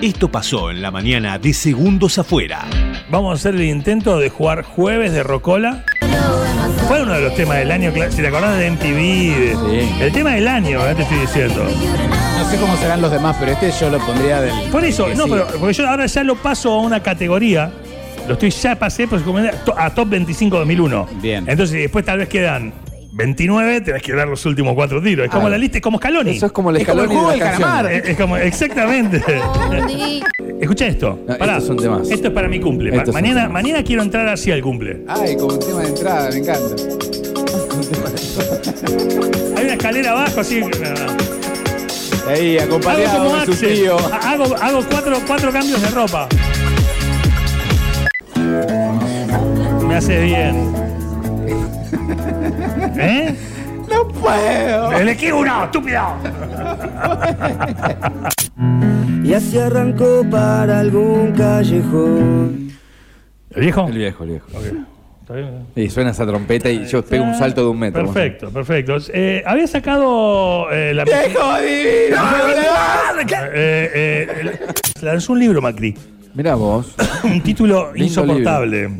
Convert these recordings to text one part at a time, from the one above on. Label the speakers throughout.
Speaker 1: Esto pasó en la mañana de Segundos Afuera.
Speaker 2: Vamos a hacer el intento de jugar Jueves de Rocola. Fue uno de los temas del año, cla- si te acordás de MTV. de-
Speaker 3: Sí.
Speaker 2: El tema del año, ¿verdad? te estoy diciendo.
Speaker 3: No sé cómo serán los demás, pero este yo lo pondría del.
Speaker 2: Por eso,
Speaker 3: del que
Speaker 2: no,
Speaker 3: sí.
Speaker 2: pero porque yo ahora ya lo paso a una categoría. Lo estoy ya pasé por recomendar to- a Top 25 2001.
Speaker 3: Bien.
Speaker 2: Entonces, si después tal vez quedan 29, tenés que dar los últimos cuatro tiros. Es como
Speaker 3: Claro.
Speaker 2: la lista, es como Scaloni.
Speaker 4: Eso es como el
Speaker 3: Es Ah. como el
Speaker 4: escalón
Speaker 3: juego
Speaker 4: de
Speaker 3: del
Speaker 4: la canción.
Speaker 3: calamar.
Speaker 2: Eh, Es como, exactamente. Escucha esto.
Speaker 4: No,
Speaker 2: Pará.
Speaker 4: estos son temas.
Speaker 2: Esto es para mi cumple.
Speaker 4: Estos son
Speaker 2: mañana,
Speaker 4: temas.
Speaker 2: mañana quiero entrar así al cumple.
Speaker 3: Ay, como un tema de entrada, me encanta.
Speaker 2: Hay una escalera abajo, así. Hago
Speaker 3: Ahí, acompañado
Speaker 2: como
Speaker 3: de su
Speaker 2: Axel.
Speaker 3: tío.
Speaker 2: Hago, hago cuatro, cuatro cambios de ropa. Me hace bien. ¿Eh?
Speaker 3: ¡No puedo!
Speaker 2: Elegí uno, estúpido.
Speaker 5: Y así arrancó para algún callejón.
Speaker 2: ¿El viejo?
Speaker 4: El viejo, el viejo.
Speaker 2: Está bien.
Speaker 4: Y suena esa trompeta y yo pego un salto de un metro.
Speaker 2: Perfecto, perfecto. Eh, había sacado eh, la.
Speaker 3: ¡Viejo divino!
Speaker 2: Eh, eh, el- lanzó un libro Macri,
Speaker 4: Mirá vos.
Speaker 2: un título
Speaker 4: Lindo
Speaker 2: insoportable. Un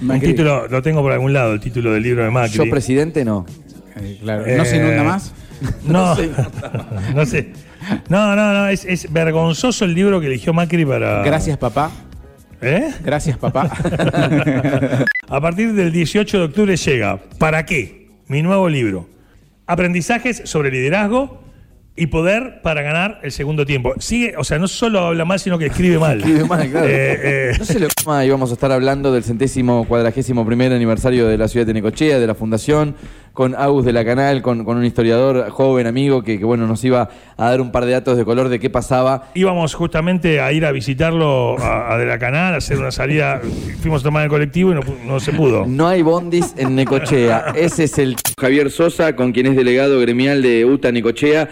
Speaker 4: Macri.
Speaker 2: título, lo tengo por algún lado, el título del libro de Macri.
Speaker 4: Yo presidente no.
Speaker 3: claro,
Speaker 2: Eh,
Speaker 3: ¿no se inunda más?
Speaker 2: No, no sé. No, no, no, es, es vergonzoso el libro que eligió Macri para.
Speaker 3: Gracias, papá.
Speaker 2: ¿Eh?
Speaker 3: Gracias, papá.
Speaker 2: A partir del 18 de octubre llega ¿Para qué? Mi nuevo libro. Aprendizajes sobre liderazgo y poder para ganar el segundo tiempo. Sigue, o sea, no solo habla mal, sino que escribe mal.
Speaker 4: Escribe mal, claro.
Speaker 2: Eh, eh,
Speaker 4: No se lo coma y vamos a estar hablando del centésimo cuadragésimo primer aniversario de la ciudad de Necochea, de la fundación, con Agus de la Canal, con, con un historiador joven amigo que, que, bueno nos iba a dar un par de datos de color de qué pasaba.
Speaker 2: íbamos justamente a ir a visitarlo a, a De la Canal, a hacer una salida. Fuimos a tomar el colectivo y no, pu- no se pudo.
Speaker 4: No hay bondis en Necochea. Ese es el Javier Sosa, con quien es delegado gremial de UTA Necochea.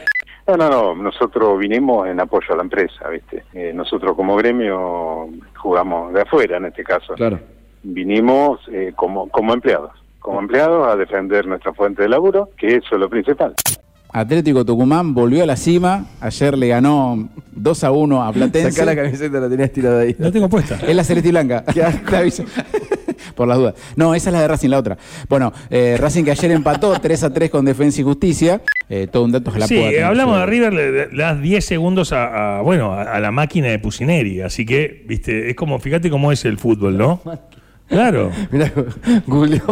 Speaker 6: No, no, no, nosotros vinimos en apoyo a la empresa, ¿viste? Eh, nosotros como gremio jugamos de afuera en este caso.
Speaker 4: Claro.
Speaker 6: Vinimos eh, como, como empleados, como empleados a defender nuestra fuente de laburo, que eso es lo principal.
Speaker 3: Atlético Tucumán volvió a la cima. Ayer le ganó 2 a 1 a Platense.
Speaker 4: Sacá la camiseta, la tenías tirada ahí.
Speaker 2: La tengo puesta.
Speaker 3: Es la celeste y blanca. Te aviso. Por las dudas. No, esa es la de Racing, la otra. Bueno, eh, Racing que ayer empató 3 a 3 con Defensa y Justicia. Eh, todo un dato que la
Speaker 2: Sí,
Speaker 3: pueda
Speaker 2: eh,
Speaker 3: tener.
Speaker 2: hablamos de River, le, le das 10 segundos a, a, bueno, a, a la máquina de Pusineri. Así que, viste, es como, fíjate cómo es el fútbol, ¿no? Claro.
Speaker 4: Mirá, googleó.